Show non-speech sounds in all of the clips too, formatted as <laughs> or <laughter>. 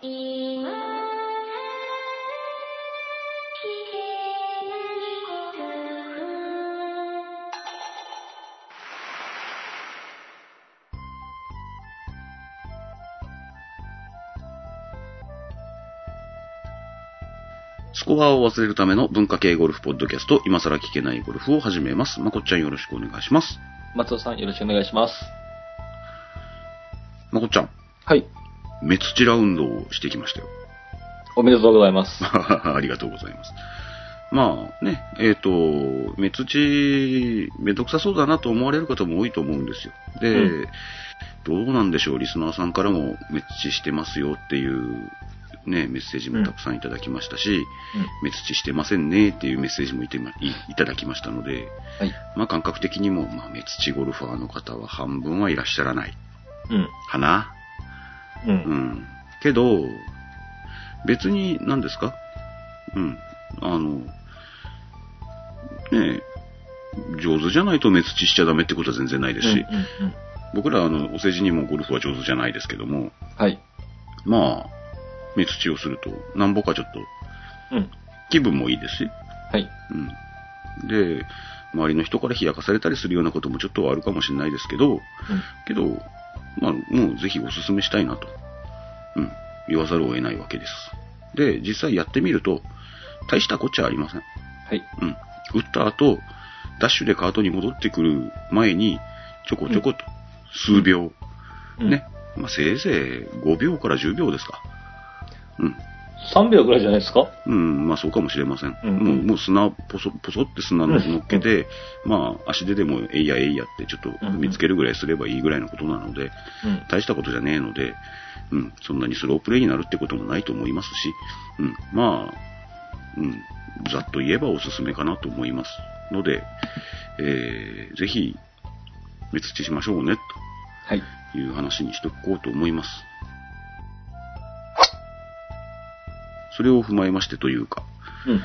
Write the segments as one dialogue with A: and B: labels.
A: 今は聞けないこと
B: スコアを忘れるための文化系ゴルフポッドキャスト、今更聞けないゴルフを始めます。まこっちゃんよろしくお願いします。
C: 松尾さん、よろしくお願いします。
B: まこっちゃん、
C: はい。
B: 目つちラウンドをしてきましたよ。
C: おめでとうございま
B: <laughs>
C: す。
B: ありがとうございます。まあね、えっ、と、目つち、めんどくさそうだなと思われる方も多いと思うんですよ。で、
C: う
B: どうなんでしょう、リスナーさんからも目つちしてますよっていう、ね、メッセージもたくさんいただきましたし、目つちしてませんねっていうメッセージもいてまいいただきましたので、
C: はい
B: まあ感覚的にも、まあ、目つちゴルファーの方は半分はいらっしゃらない
C: うん。
B: かな。
C: う。
B: うんん。けど、別に何ですかうん。あの、ねえ、上手じゃないと目つちしちゃダメってことは全然ないですし、
C: うんうんうん
B: 僕らあの、お世辞にもゴルフは上手じゃないですけども、
C: はい。
B: まあ、目つちをすると、なんぼかちょっと
C: うん。
B: 気分もいいですし、
C: はい。
B: うん。で、周りの人から冷やかされたりするようなこともちょっとはあるかもしれないですけど、けど、まあ、もうぜひおすすめしたいなと、うん、言わざるを得ないわけです。で、実際やってみると、大したこっちゃありません。
C: はい。
B: うん。打った後、ダッシュでカートに戻ってくる前に、ちょこちょこと、数秒、
C: うん
B: ね。。まあ、せいぜい5秒から10秒ですか。うん。
C: 3秒ぐらいじゃないですか
B: うん、まあそうかもしれません。
C: うん
B: もうもう砂、ポソ、ポソって砂の乗っけて、まあ足ででもえいやえいやってちょっと見つけるぐらいすればいいぐらいのことなので、
C: うん。
B: 大したことじゃねえので、うん、そんなにスロープレイになるってこともないと思いますし、うん、まあ、うん、ざっと言えばおすすめかなと思いますので、えー、ぜひ、目つちしましょうね、
C: はい。
B: という話にしとこうと思います。それを踏まえましてというか、
C: うん。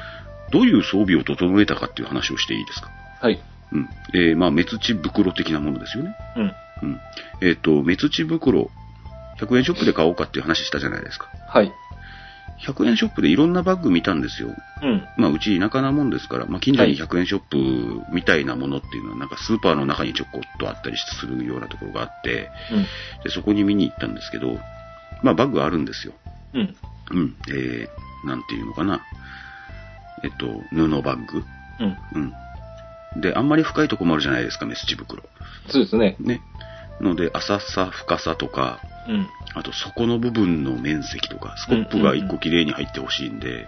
B: どういう装備を整えたかっていう話をしていいですか。
C: はい。
B: うん。えー、まあ、目つち袋的なものですよね。
C: うん。
B: うん。えっ、と、目つち袋、100円ショップで買おうかっていう話したじゃないですか。
C: はい。
B: 100円ショップでいろんなバッグ見たんですよ。
C: うん。
B: まあ、うち田舎なもんですから、まあ、近所に
C: は
B: 100円ショップみたいなものっていうのは、なんかスーパーの中にちょこっとあったりするようなところがあって、で、そこに見に行ったんですけど、まあ、バッグあるんですよ。
C: うん。うん。
B: うん。えー、なんていうのかな。えっと、布バッグ。
C: うん。
B: うん。で、あんまり深いとこもあるじゃないですか、メスチ袋。
C: そうですね。
B: ね。ので、浅さ、深さとか、
C: うん。
B: あと底の部分の面積とか、スコップが一個綺麗に入ってほしいんで、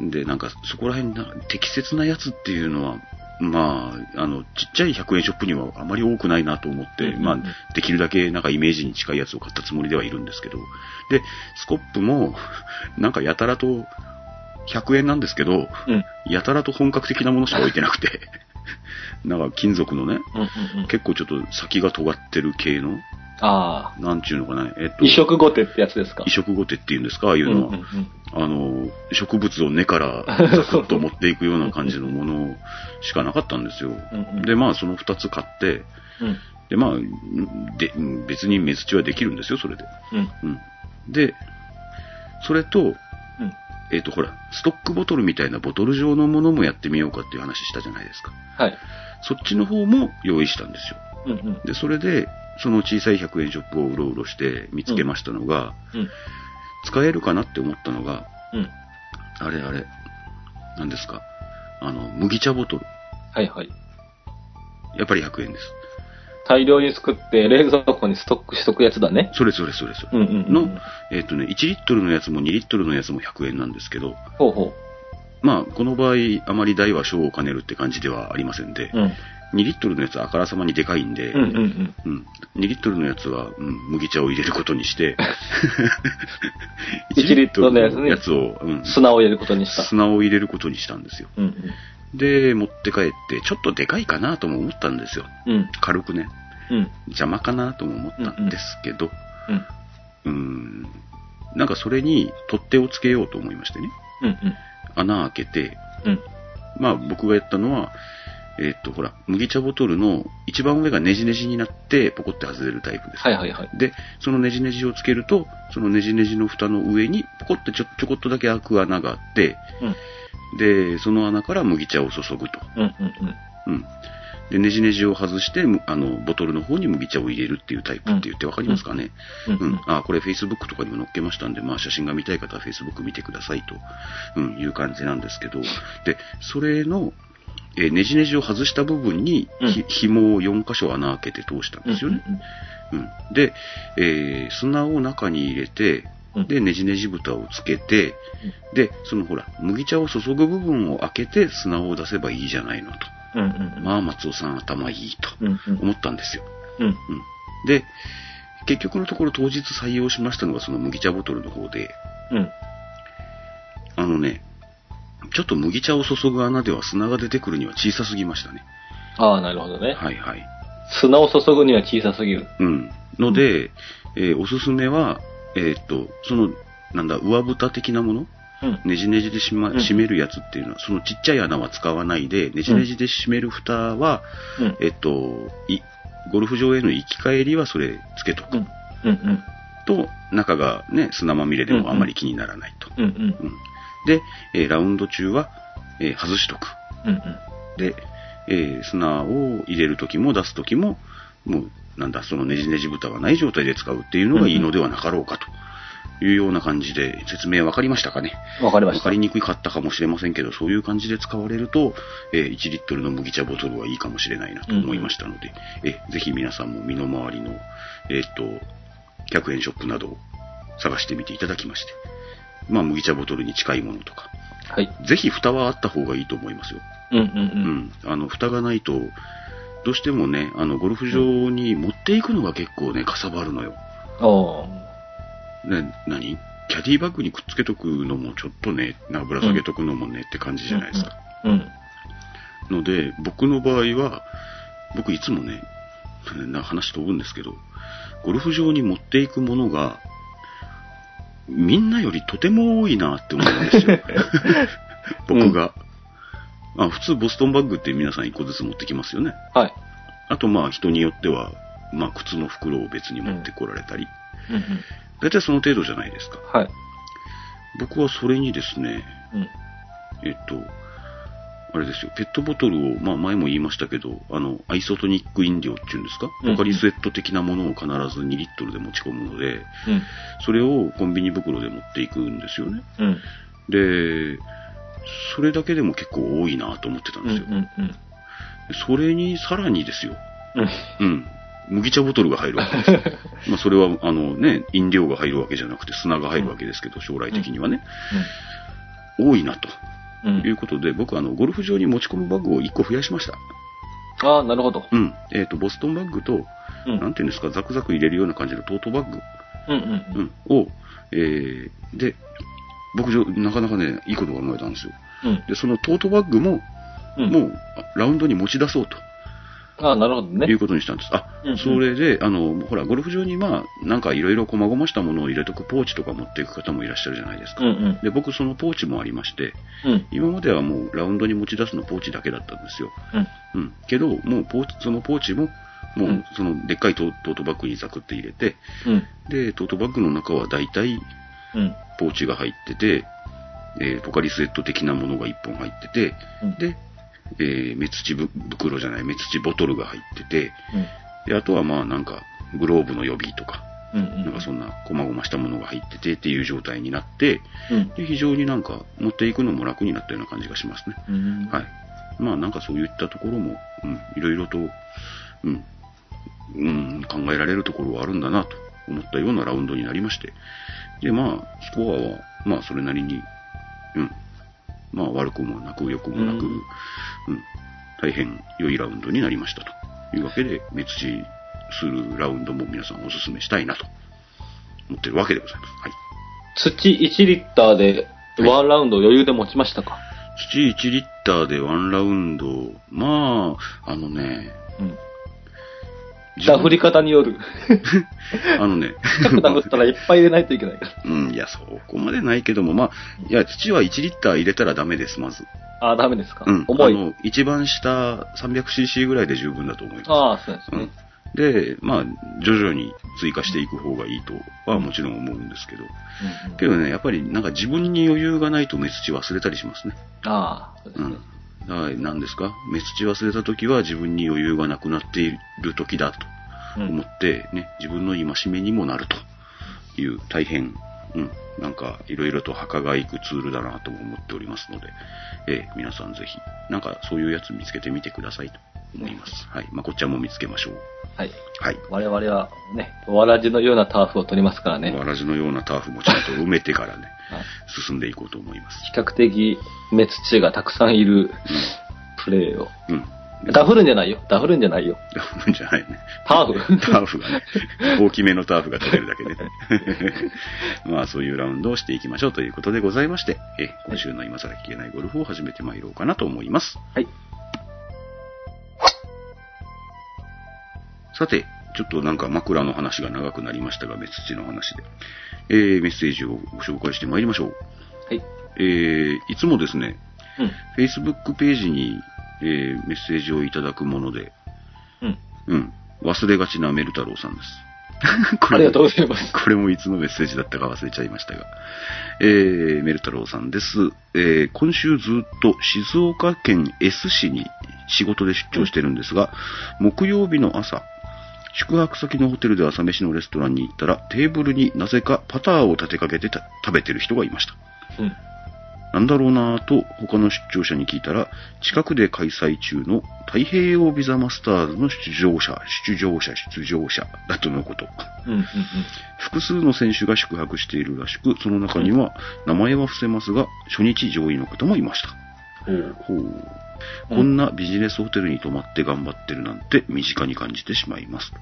C: うん。
B: で、なんかそこら辺、なんか適切なやつっていうのは、まあ、あの、ちっちゃい100円ショップにはあまり多くないなと思って、
C: うんうんうん
B: まあ、できるだけなんかイメージに近いやつを買ったつもりではいるんですけど、で、スコップも、 <laughs> なんかやたらと100円なんですけど、
C: うん。うん。
B: やたらと本格的なものしか置いてなくて、 <laughs> なんか金属のね、
C: うん。うん。
B: 結構ちょっと先が尖ってる系の、
C: ああ。
B: なんちゅうのかな、えっと、
C: 移植後手ってやつですか。
B: 移植後手っていうんですか、ああいううん
C: うん
B: のは。
C: うん。
B: あの、植物を根から
C: <laughs>
B: ザクッと持っていくような感じのものしかなかったんですよ。
C: うんうん
B: で、まあ、その2つ買って、
C: うん。
B: で、まあ、で別に目つちはできるんですよ、それで。
C: うん。
B: うん。で、それと、
C: うん。
B: えっ、と、ほら、ストックボトルみたいなボトル状のものもやってみようかっていう話したじゃないですか。
C: はい。
B: そっちの方も用意したんですよ。
C: うん。うん。
B: で、それで、その小さい100円ショップをうろうろして見つけましたのが、
C: うん。
B: 使えるかなって思ったのが、
C: うん。
B: あれあれ、何ですか、あの、麦茶ボトル。
C: はいはい。
B: やっぱり100円です。
C: 大量に作って冷蔵庫にストックしとくやつだね。
B: それそれそれそれ。
C: うんうんうん。
B: の、えっ、とね、1リットルのやつも2リットルのやつも100円なんですけど、
C: ほうほ
B: まあ、この場合、あまり大は小を兼ねるって感じではありませんで、
C: う。うん。
B: 2リットルのやつはあからさまにでかいんで、
C: うんうんうん。
B: うん2リットルのやつは、うん、麦茶を入れることに
C: <laughs>
B: して、
C: 1リットルのやつに
B: やつを、うん、
C: 砂を入れることにした。
B: 砂を入れることにしたんですよ。
C: うん
B: で、持って帰って、ちょっとでかいかなとも思ったんですよ。
C: うん。うん。
B: 軽くね。
C: うん。
B: 邪魔かなとも思ったんですけど、う
C: うん。
B: ーん、なんかそれに取っ手をつけようと思いましてね。
C: うん。
B: 穴開けて、
C: うん。
B: まあ僕がやったのは、えっと、ほら、麦茶ボトルの一番上がネジネジになって、ポコって外れるタイプです。
C: はいはいはい。
B: で、そのネジネジをつけると、そのネジネジの蓋の上に、ポコってちょちょこっとだけ開く穴があって、で、その穴から麦茶を注ぐと。
C: うん、うん、うん。
B: うん。で、ネジネジを外して、むあの、ボトルの方に麦茶を入れるっていうタイプって言ってわかりますかね。
C: うん
B: う
C: うんん、
B: あこれ Facebook とかにも載っけましたんで、まあ、写真が見たい方は Facebook 見てくださいと、うん、いう感じなんですけど、でそれの、えーネジネジを外した部分に、
C: うん
B: ひ紐を4箇所穴開けて通したんですよね。うんで、えー砂を中に入れて、
C: うん
B: で、ネジネジ蓋をつけて、で、そのほら、麦茶を注ぐ部分を開けて砂を出せばいいじゃないのと。
C: うん、うん、
B: まあ、松尾さん頭いい
C: うん。うん、う
B: と
C: ん
B: 思ったんですよ。
C: うん。
B: うんで、結局のところ当日採用しましたのがその麦茶ボトルの方で、
C: うん。
B: あのね、ちょっと麦茶を注ぐ穴では砂が出てくるには小さすぎましたね。
C: ああ、なるほどね。
B: はいはい。
C: 砂を注ぐには小さすぎる。
B: うん。ので、えーおすすめは、えーっと、その、なんだ、上蓋的なもの
C: うん。
B: ねじねじでし、ま、
C: うん
B: 閉めるやつっていうのは、そのちっちゃい穴は使わないで、ねじねじで閉める蓋は、
C: うん。
B: えーっと、いゴルフ場への行き帰りはそれつけとく
C: うん。うん。
B: と、中がね、砂まみれでもあまり気にならないと。
C: うん。う
B: う
C: ん。
B: んで、えーラウンド中は、えー外しとく。
C: うん。
B: で、えー砂を入れる時も出す時も、もう、なんだ、そのねじねじ蓋がない状態で使うっていうのがいいのではなかろうかというような感じで、説明わかりましたかね
C: うん。わかりま
B: わ
C: し
B: か
C: た。
B: りにくかったかもしれませんけど、そういう感じで使われると、えー1リットルの麦茶ボトルはいいかもしれないなと思いましたので、えーぜひ皆さんも身の回りの、えーっと、100円ショップなどを探してみていただきまして、まあ、麦茶ボトルに近いものとか、
C: はい。
B: ぜひ蓋はあった方がいいと思いますよ。
C: うん。う。
B: うんん。あの、蓋がないと、どうしてもね、あの、ゴルフ場に持っていくのが結構ね、かさばるのよ。
C: うん。おー。
B: ね、何キャディバッグにくっつけとくのもちょっとね、なぶら下げとくのもねって感じじゃないですか。
C: うん。
B: ので、僕の場合は、僕いつもね、な話飛ぶんですけど、ゴルフ場に持っていくものが、みんなよりとても多いなって思うんです
C: <laughs>
B: よ。僕が。あ普通ボストンバッグって皆さん1個ずつ持ってきますよね。
C: はい。
B: あとまあ人によっては、まあ靴の袋を別に持ってこられたり、
C: うん。うん。
B: 大体その程度じゃないですか。
C: はい。
B: 僕はそれにですね、
C: うん。
B: えっと、あれですよ、ペットボトルを、まあ前も言いましたけど、あの、アイソトニック飲料っていうんですか、
C: うん
B: ポカリスエット的なものを必ず2リットルで持ち込むので、
C: うん。
B: それをコンビニ袋で持っていくんですよね。
C: うん。
B: で、それだけでも結構多いなと思ってたん
C: う
B: で
C: ん。
B: すよ。
C: うん。
B: それにさらにですよ、
C: うん。
B: うん、麦茶ボトルが入るわけ
C: <laughs>
B: ですよ。まあそれは、あのね、飲料が入るわけじゃなくて砂が入るわけですけど、将来的にはね、多いなと。
C: うん。
B: ということで、僕、あの、ゴルフ場に持ち込むバッグを1個増やしました。
C: ああ、なるほど。
B: うん。えっ、と、ボストンバッグと、
C: う
B: なん
C: ん。
B: ていうんですか、ザクザク入れるような感じのトートバッグ、
C: うん。
B: う
C: うん。
B: ん、を、えー、で、僕、なかなかね、いいことが考えたんですよ。
C: うん。
B: で、そのトートバッグも、
C: うん。
B: もう、あラウンドに持ち出そうと
C: ああ、なるほど
B: い
C: ね
B: う。ことにしたんです。あ、
C: うんうん
B: それで、あの、ほら、ゴルフ場に、まあ、なんかいろいろ細々したものを入れとくポーチとか持っていく方もいらっしゃるじゃないです
C: う
B: か。
C: ん。うん。
B: で、僕、そのポーチもありまして、
C: うん。
B: 今まではもう、ラウンドに持ち出すのポーチだけだったんですよ。
C: うん。
B: うん。けど、もうポーチ、そのポーチも、も
C: う、
B: うんその、でっかいトートートバッグにザクって入れて、
C: うん。
B: で、トートバッグの中は大体、
C: うん。
B: ポーチが入ってて、えーポカリスエット的なものが1本入ってて、
C: うん
B: で、えー、目土ぶ袋じゃない、目土ボトルが入ってて、で、あとはまあ、なんか、グローブの予備とか、
C: うん。うん。
B: なんかそんな、細々したものが入っててっていう状態になって、
C: うん。
B: で、非常になんか、持っていくのも楽になったような感じがしますね。
C: うん。
B: はい。まあなんかそういったところも、うん、いろいろと、うん、うん、考えられるところはあるんだなと思ったようなラウンドになりまして。で、まあ、スコアは、まあそれなりに、うん、まあ悪くもなく良くもなく、う
C: うんん、
B: 大変良いラウンドになりましたというわけで、目打ちするラウンドも皆さんお勧めしたいなと思ってるわけでございます。はい。
C: 土1リッターでワンラウンド余裕で持ちましたか、
B: 土1リッターでワンラウンド、まあ、あのね、
C: うん。
B: 自
C: ダ
B: 分
C: 振り方による。
B: <laughs> あのね、
C: ダ振ったらいっぱい入れないといけないから。
B: うん、いや、そこまでないけども、まあ、いや、土は1リッター入れたらダメです、まず。
C: あ、ダメですか、
B: うん。
C: 重
B: あ
C: い。
B: の、一番下 300cc ぐらいで十分だと思います。
C: ああ、そうです
B: う
C: ね。
B: ん。で、まあ、徐々に追加していく方がいいとはもちろん思うんですけど。
C: うんうん
B: けどね、やっぱりなんか自分に余裕がないとメスチ忘れたりしますね。
C: ああ、そうで
B: う
C: すね。
B: ん。はい、何ですかメスチ忘れた時は自分に余裕がなくなっている時だと
C: うん
B: 思って、ね、自分の戒めにもなるという大変、うん、なんかいろいろと墓がいくツールだなとも思っておりますので、ええ皆さんぜひ、なんかそういうやつ見つけてみてくださいと思います。はい。まこっちゃんも見つけましょう。
C: はい。
B: はい。
C: 我々はね、わらじのようなターフを取りますからね。
B: わらじのようなターフもちゃんと埋めてからね、
C: はい
B: 進んでいこうと思います。
C: 比較的、目土がたくさんいるプレイを。
B: うん。うん。
C: ダフるんじゃないよ。ダフるんじゃないよ。
B: ダフじゃないね。
C: ターフ
B: ターフがね、大きめのターフが取れるだけね。 <laughs> まあそういうラウンドをしていきましょうということでございまして、え今週の今更聞けないゴルフを始めてまいろうかなと思います。
C: はい。
B: さて、ちょっとなんか枕の話が長くなりましたが、メッセージの話で。えー、メッセージをご紹介してまいりましょう。
C: はい。
B: えー、いつもですね、
C: うん。
B: Facebook ページに、えーメッセージをいただくもので、
C: うん。
B: うん、忘れがちなメル太郎さん
C: <laughs>
B: です。こ
C: ありがとうご
B: れ
C: ざいます。
B: これもいつのメッセージだったか忘れちゃいましたが、えー、メル太郎さんです。えー今週ずっと静岡県 S 市に仕事で出張してるんですが、木曜日の朝、宿泊先のホテルで朝飯のレストランに行ったら、テーブルになぜかパターを立てかけてた食べてる人がいました。
C: うん。
B: なんだろうなぁと他の出張者に聞いたら、近くで開催中の太平洋ビザマスターズの出場者、出場者、出場者だとのこと。
C: うん。うん。
B: 複数の選手が宿泊しているらしく、その中には名前は伏せますが、初日上位の方もいました。
C: うん。
B: ほう。こんなビジネスホテルに泊まって頑張ってるなんて身近に感じてしまいます。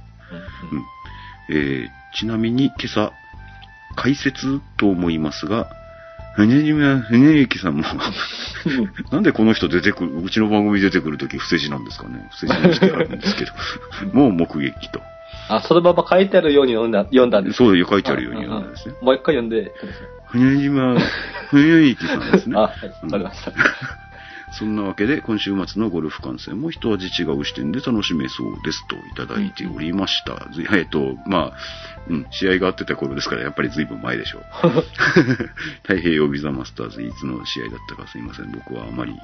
B: うんえーちなみに今朝、解説と思いますが、船島船幸さんも、
C: うん。うん。
B: なんでこの人出てくる、うちの番組出てくるとき伏せ字なんですかね。伏せ字にしてあるんですけど、 <laughs> もう目撃と。
C: あ、そのまま書いてあるように読んだ読んだんです。
B: そう書いてあるように読んだんですね。
C: もう一回読んでくだ
B: 船島船幸さんです
C: さい。
B: ね
C: あ、。はい。わかりました。
B: そんなわけで、今週末のゴルフ観戦も一味違う視点で楽しめそうですといただいておりました。ずえっと、まあ、うん、試合があってた頃ですから、やっぱり随分前でしょう。 <laughs> 太平洋ビザマスターズ、いつの試合だったかすいません。僕はあまり、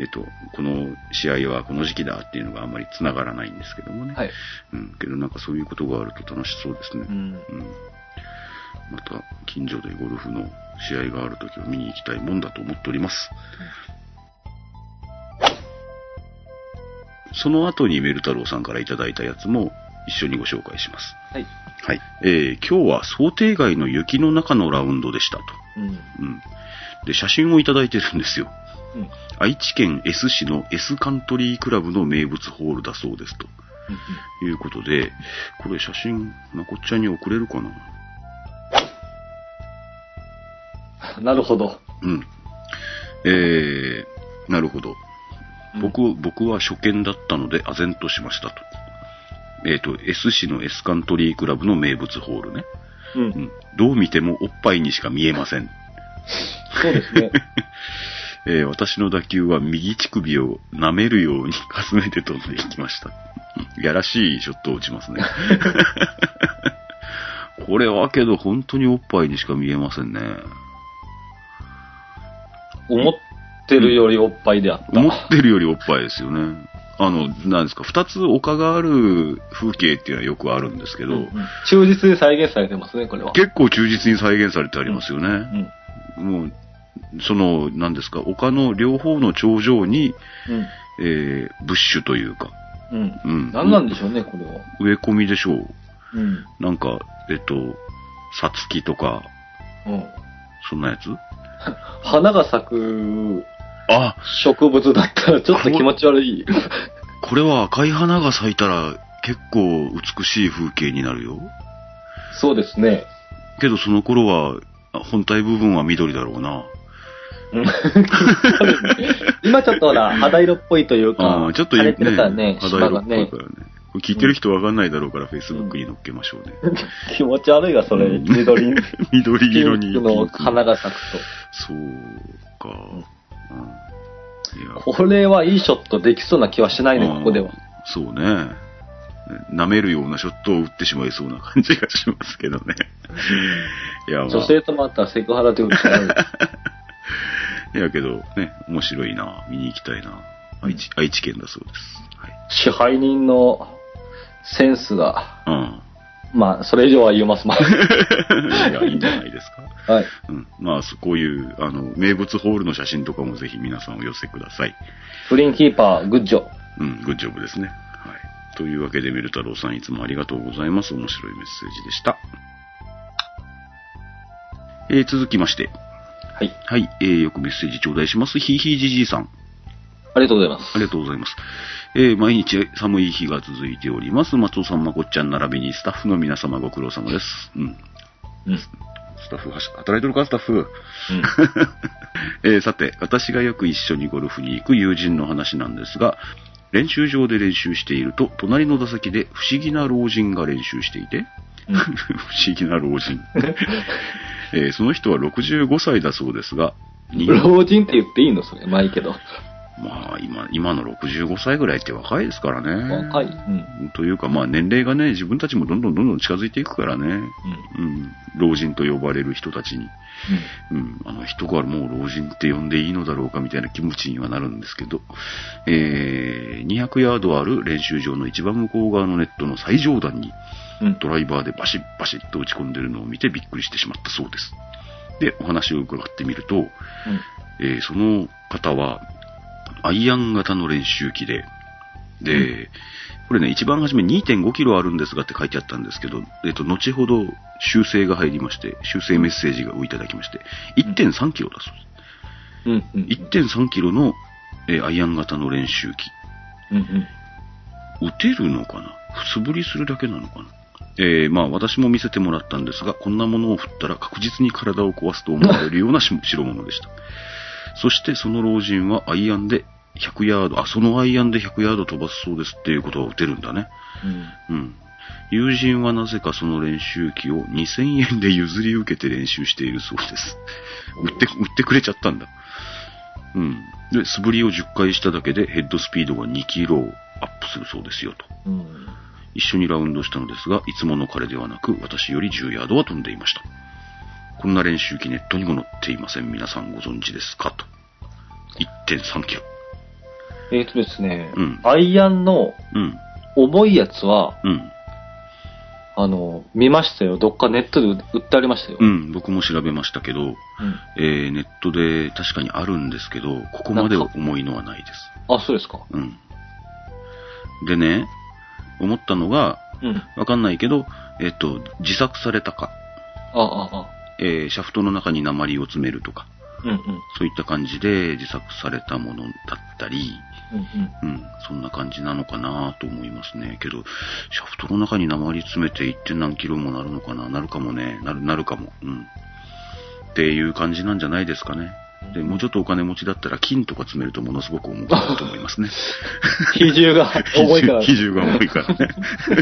B: えっと、この試合はこの時期だっていうのがあまり繋がらないんですけどもね。
C: <laughs> はい。
B: うん、けどなんかそういうことがあると楽しそうですね。
C: うん。
B: うんまた近所でゴルフの試合があるときは見に行きたいもんだと思っております。その後にメル太郎さんからいただいたやつも一緒にご紹介します。
C: はい。
B: はい。えー今日は想定外の雪の中のラウンドでしたと。
C: うん。
B: うん。で、写真をいただいてるんですよ。
C: うん。
B: 愛知県 S 市の S カントリークラブの名物ホールだそうですと。ということで、これ写真、まこっちゃんに送れるかな
C: うんなるほど。
B: うん。えー、なるほど。僕、僕は初見だったので、唖然としましたと。えっ、と、S 市の S カントリークラブの名物ホールね。
C: う。
B: うんん。どう見てもおっぱいにしか見えません。
C: そうですね。
B: えー私の打球は右乳首を舐めるように <laughs> かすめて飛んでいきました。うんやらしいショットを打ちますね。 <laughs> これはけど本当におっぱいにしか見えませんね。
C: 思ってるよりおっぱいであった。
B: 思ってるよりおっぱいですよね。あの、なんですか、二つ丘がある風景っていうのはよくあるんですけど、
C: うんうん忠実に再現されてますね、これは。
B: 結構忠実に再現されてありますよ
C: う
B: ね。
C: ん。
B: もう、その、なんですか、丘の両方の頂上に、えー、ブッシュというか、
C: うん。うん。
B: うん。
C: 何なんでしょうね、これは。
B: 植え込みでしょう。
C: うん。
B: なんか、えっと、さつきとか、
C: うん。
B: そんなやつ
C: 花が咲く
B: あ、
C: 植物だったらちょっと気持ち悪 <laughs> い。
B: これは赤い花が咲いたら結構美しい風景になるよ。
C: そうですね。
B: けどその頃は、あ本体部分は緑だろうな。
C: うん今ちょっとほら、肌色っぽいという
B: あ
C: か
B: あ、、ちょっと
C: 枯
B: い
C: れてるからね、
B: 肌
C: 芝
B: 色
C: が
B: っぽい
C: ね
B: か。らね。これ聞いてる人わかんないだろうから、Facebook に載っけましょうね。
C: 気持ち悪いが、それ、 <laughs> 緑、
B: 緑
C: ピ
B: 色
C: ン
B: に
C: クの花が咲く
B: そうか。うんいや
C: これはいいショットできそうな気はしないね、
B: あー
C: ここでは。
B: そうね。舐めるようなショットを打ってしまいそうな感じがしますけど
C: <laughs>
B: ね。いや、まあ、
C: 女性ともあったらセクハラということになる
B: いやけど、ね、面白いな。見に行きたいな。愛知、愛知県だそうです。はい。
C: 支配人のセンスが、
B: うん。
C: まあ、それ以上は言えます、まあ。
B: いや、いいんじ <laughs> ゃないですか。
C: はい。
B: うん。まあ、そこういう、あの、名物ホールの写真とかもぜひ皆さんお寄せください。
C: フリンキーパー、グッジョ。
B: うん、グッジョブですね。はい。というわけで、メル太郎さんいつもありがとうございます。面白いメッセージでした。えー、続きまして。
C: はい。
B: はい、えー、よくメッセージ頂戴します。ひいひいじじいさん。
C: ありがとうございます。
B: ありがとうございます。えー、毎日寒い日が続いております。松尾さん、まこっちゃん並びにスタッフの皆様ご苦労様です。うん。
C: うん。
B: スタッフはし、働いてるか、スタッフ。
C: うん
B: <laughs> えーさて、私がよく一緒にゴルフに行く友人の話なんですが、練習場で練習していると、隣の打席で不思議な老人が練習していて、 <laughs>
C: うん
B: 不思議な老人、 <laughs> えーその人は65歳だそうですが、人
C: 老人って言っていいのそれ。まあいいけど。
B: まあ今、今の65歳ぐらいって若いですからね。
C: 若い。うん。
B: というか、まあ年齢がね、自分たちもどんどんどんどん近づいていくからね。うん、老人と呼ばれる人たちに、うん、あの人がもう老人って呼んでいいのだろうかみたいな気持ちにはなるんですけど、えー、200ヤードある練習場の一番向こう側のネットの最上段に、
C: うん。うん。
B: ドライバーでバシッバシッと打ち込んでるのを見てびっくりしてしまったそうです。で、お話を伺ってみると、えーその方は、アイアン型の練習機で、で、これね、一番初め2.5キロあるんですがって書いてあったんですけど、えっ、と、後ほど修正が入りまして、修正メッセージをいただきまして、1.3キロだそう
C: うん。うん。うん。
B: です。1.3キロの、えーアイアン型の練習機。
C: うんうん。
B: 打てるのかな素振りするだけなのかなえー、まあ私も見せてもらったんですが、こんなものを振ったら確実に体を壊すと思われるようなし <laughs> 代物でした。そしてその老人はアイアンで100ヤード、あ、そのアイアンで100ヤード飛ばすそうですっていうことは打てるんだね。
C: うん。
B: うん。友人はなぜかその練習機を2000円で譲り受けて練習しているそうです。売って、売ってくれちゃったんだ。うん。で、素振りを10回しただけでヘッドスピードが2キロアップするそうですよと。
C: うん。
B: 一緒にラウンドしたのですが、いつもの彼ではなく、私より10ヤードは飛んでいました。こんな練習機ネットにも載っていません。皆さんご存知ですかと。1.3キロ。
C: えっとですね
B: うん、
C: アイアンの
B: うん。
C: 重いやつは、
B: うん。
C: あの、見ましたよ。どっかネットで売ってありましたよ。
B: うん。僕も調べましたけど、
C: うん
B: えー、ネットで確かにあるんですけど、ここまでは重いのはないです。
C: あ、そうですか。
B: うん。でね、思ったのが、
C: うん。
B: わかんないけど、えっと、自作されたか、
C: あ、あ、あ。
B: えー、シャフトの中に鉛を詰めるとか、
C: うんうん。
B: そういった感じで自作されたものだったり、
C: うん
B: うん、そんな感じなのかなと思いますね。けど、シャフトの中に鉛詰めて1点何キロもなるのかななるかもね。なる、なるかも。うん。っていう感じなんじゃないですかね。で、もうちょっとお金持ちだったら金とか詰めるとものすごく重くなると思いますね。
C: 比重が <laughs> 重いか
B: <laughs>
C: ら。
B: 比重比重が重いからね。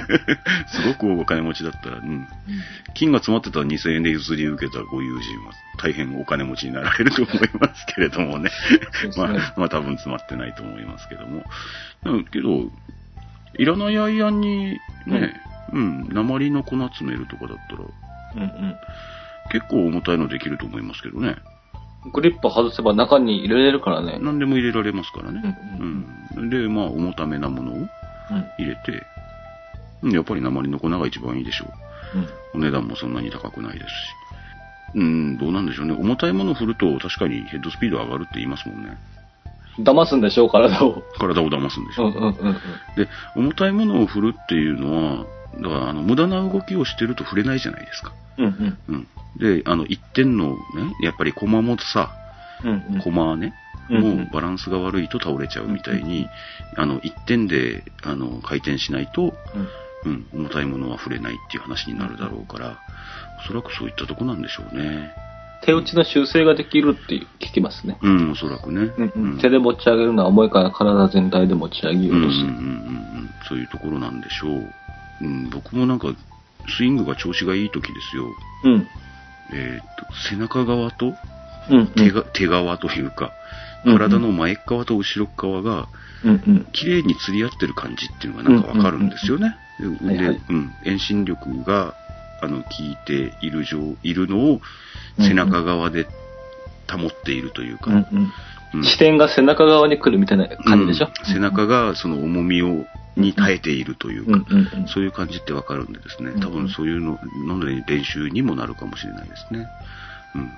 B: <laughs> すごくお金持ちだったら、うん。金が詰まってたら2000円で譲り受けたご友人は大変お金持ちになられると思いますけれどもね。
C: そうですね
B: まあ、まあ多分詰まってないと思いますけども。うんけど、いらないアイアンにね、うん、鉛の粉詰めるとかだったら
C: うんうん
B: 結構重たいのできると思いますけどね。
C: うん。グリップ外せば中に入れれるからね。
B: 何でも入れられますからね。
C: うんうん
B: うん。で、まあ重ためなものを
C: うん。
B: 入れて、うんやっぱり鉛の粉が一番いいでしょう。
C: うん。
B: お値段もそんなに高くないですし。うん、どうなんでしょうね。重たいものを振ると確かにヘッドスピード上がるって言いますもんね。
C: 騙すんでしょう、体を。
B: 体を騙すんでし
C: うん
B: ょ。
C: うんうん
B: で、重たいものを振るっていうのは、だからあの無駄な動きをしてると振れないじゃないですか。
C: うん。うん
B: うん。で、あの、一点のね、やっぱり駒もさ、
C: うん。うんうん。
B: 駒ね、
C: うん
B: もうバランスが悪いと倒れちゃうみたいに、あの、一点で、あの、回転しないと、
C: うん
B: うん、重たいものは振れないっていう話になるだろうから、おそらくそういったとこなんでしょうね。
C: 手打ちの修正ができるって聞きますね。
B: うん、おそらくね。
C: うんうん、
B: ん
C: 手で持ち上げるのは重いから体全体で持ち上げよ
B: うんうんう
C: う
B: んう
C: として。
B: ん、そういうところなんでしょう。うん、僕もなんか、スイングが調子がいい時ですよ。
C: うん。
B: えーっと、背中側と
C: うん。
B: 手が、手側というか、
C: うんうん
B: 体の前側と後ろ側が
C: うんうん。
B: 綺麗に釣り合ってる感じっていうのがなんかわかるんですよね。で、
C: んはいはい
B: うん、遠心力が、あの、効いている状、いるのを背中側で保っているというか、
C: うんうん。
B: うん
C: 視点が背中側に来るみたいな感じでしょ、
B: うん背中がその重みを、に耐えているという
C: うん
B: か、
C: うんうん。
B: そういう感じってわかるんでですね
C: うん、
B: 多分そういうの、なので練習にもなるかもしれないですね。うん。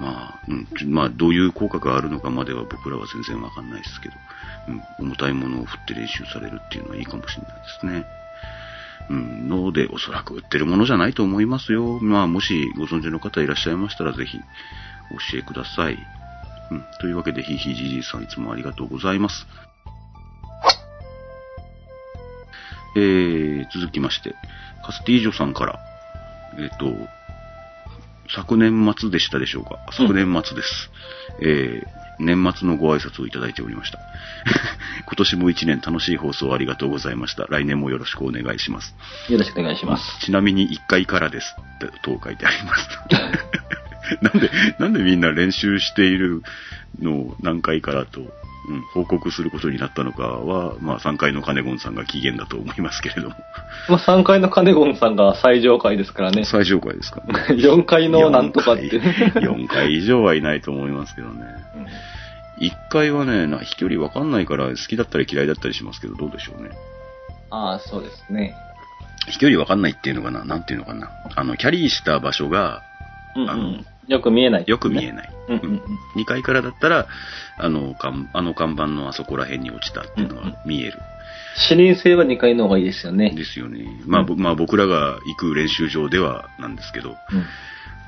B: まあ、うん、ちょまあ、どういう効果があるのかまでは僕らは全然わかんないですけど、うん、重たいものを振って練習されるっていうのはいいかもしれないですね。うん、ので、おそらく売ってるものじゃないと思いますよ。まあ、もしご存知の方いらっしゃいましたら、ぜひ、教えください。うん、というわけで、ひいひいじじいさんいつもありがとうございます。えー、続きまして、カスティージョさんから、えっ、と、昨年末でしたでしょうか昨年末です。えー、年末のご挨拶をいただいておりました。 <laughs> 今年も一年楽しい放送ありがとうございました。来年もよろしくお願いします。
C: よろしくお願いします。
B: ちなみに1回からですって、と書いてあり <laughs> ます。なんで、なんでみんな練習しているのを何回からと、うん、報告することになったのかは、まあ3回のカネゴンさんが機嫌だと思いますけれども、
C: まあ、3階のカネゴンさんが最上階ですからね。
B: 最上回 <laughs> ですかね。
C: 4階のなんとかって。
B: 4回 ,4 回以上はいないと思いますけどね。1回はね、な飛距離わかんないから好きだったり嫌いだったりしますけど、どうでしょうね。
C: ああ、そうですね。
B: 飛距離わかんないっていうのかな、なんていうのかな。あの、キャリーした場所が
C: うんう
B: あの
C: ん。よく見えない、
B: よく見
C: ない。
B: えない。
C: うんうんうん。
B: 2階からだったら、あの、看あの看板のあそこら辺に落ちたっていうの
C: うんうん
B: が見える。
C: 視認性は2階の方がいいですよね。
B: ですよね。まあ、ぼまあ僕らが行く練習場ではなんですけど、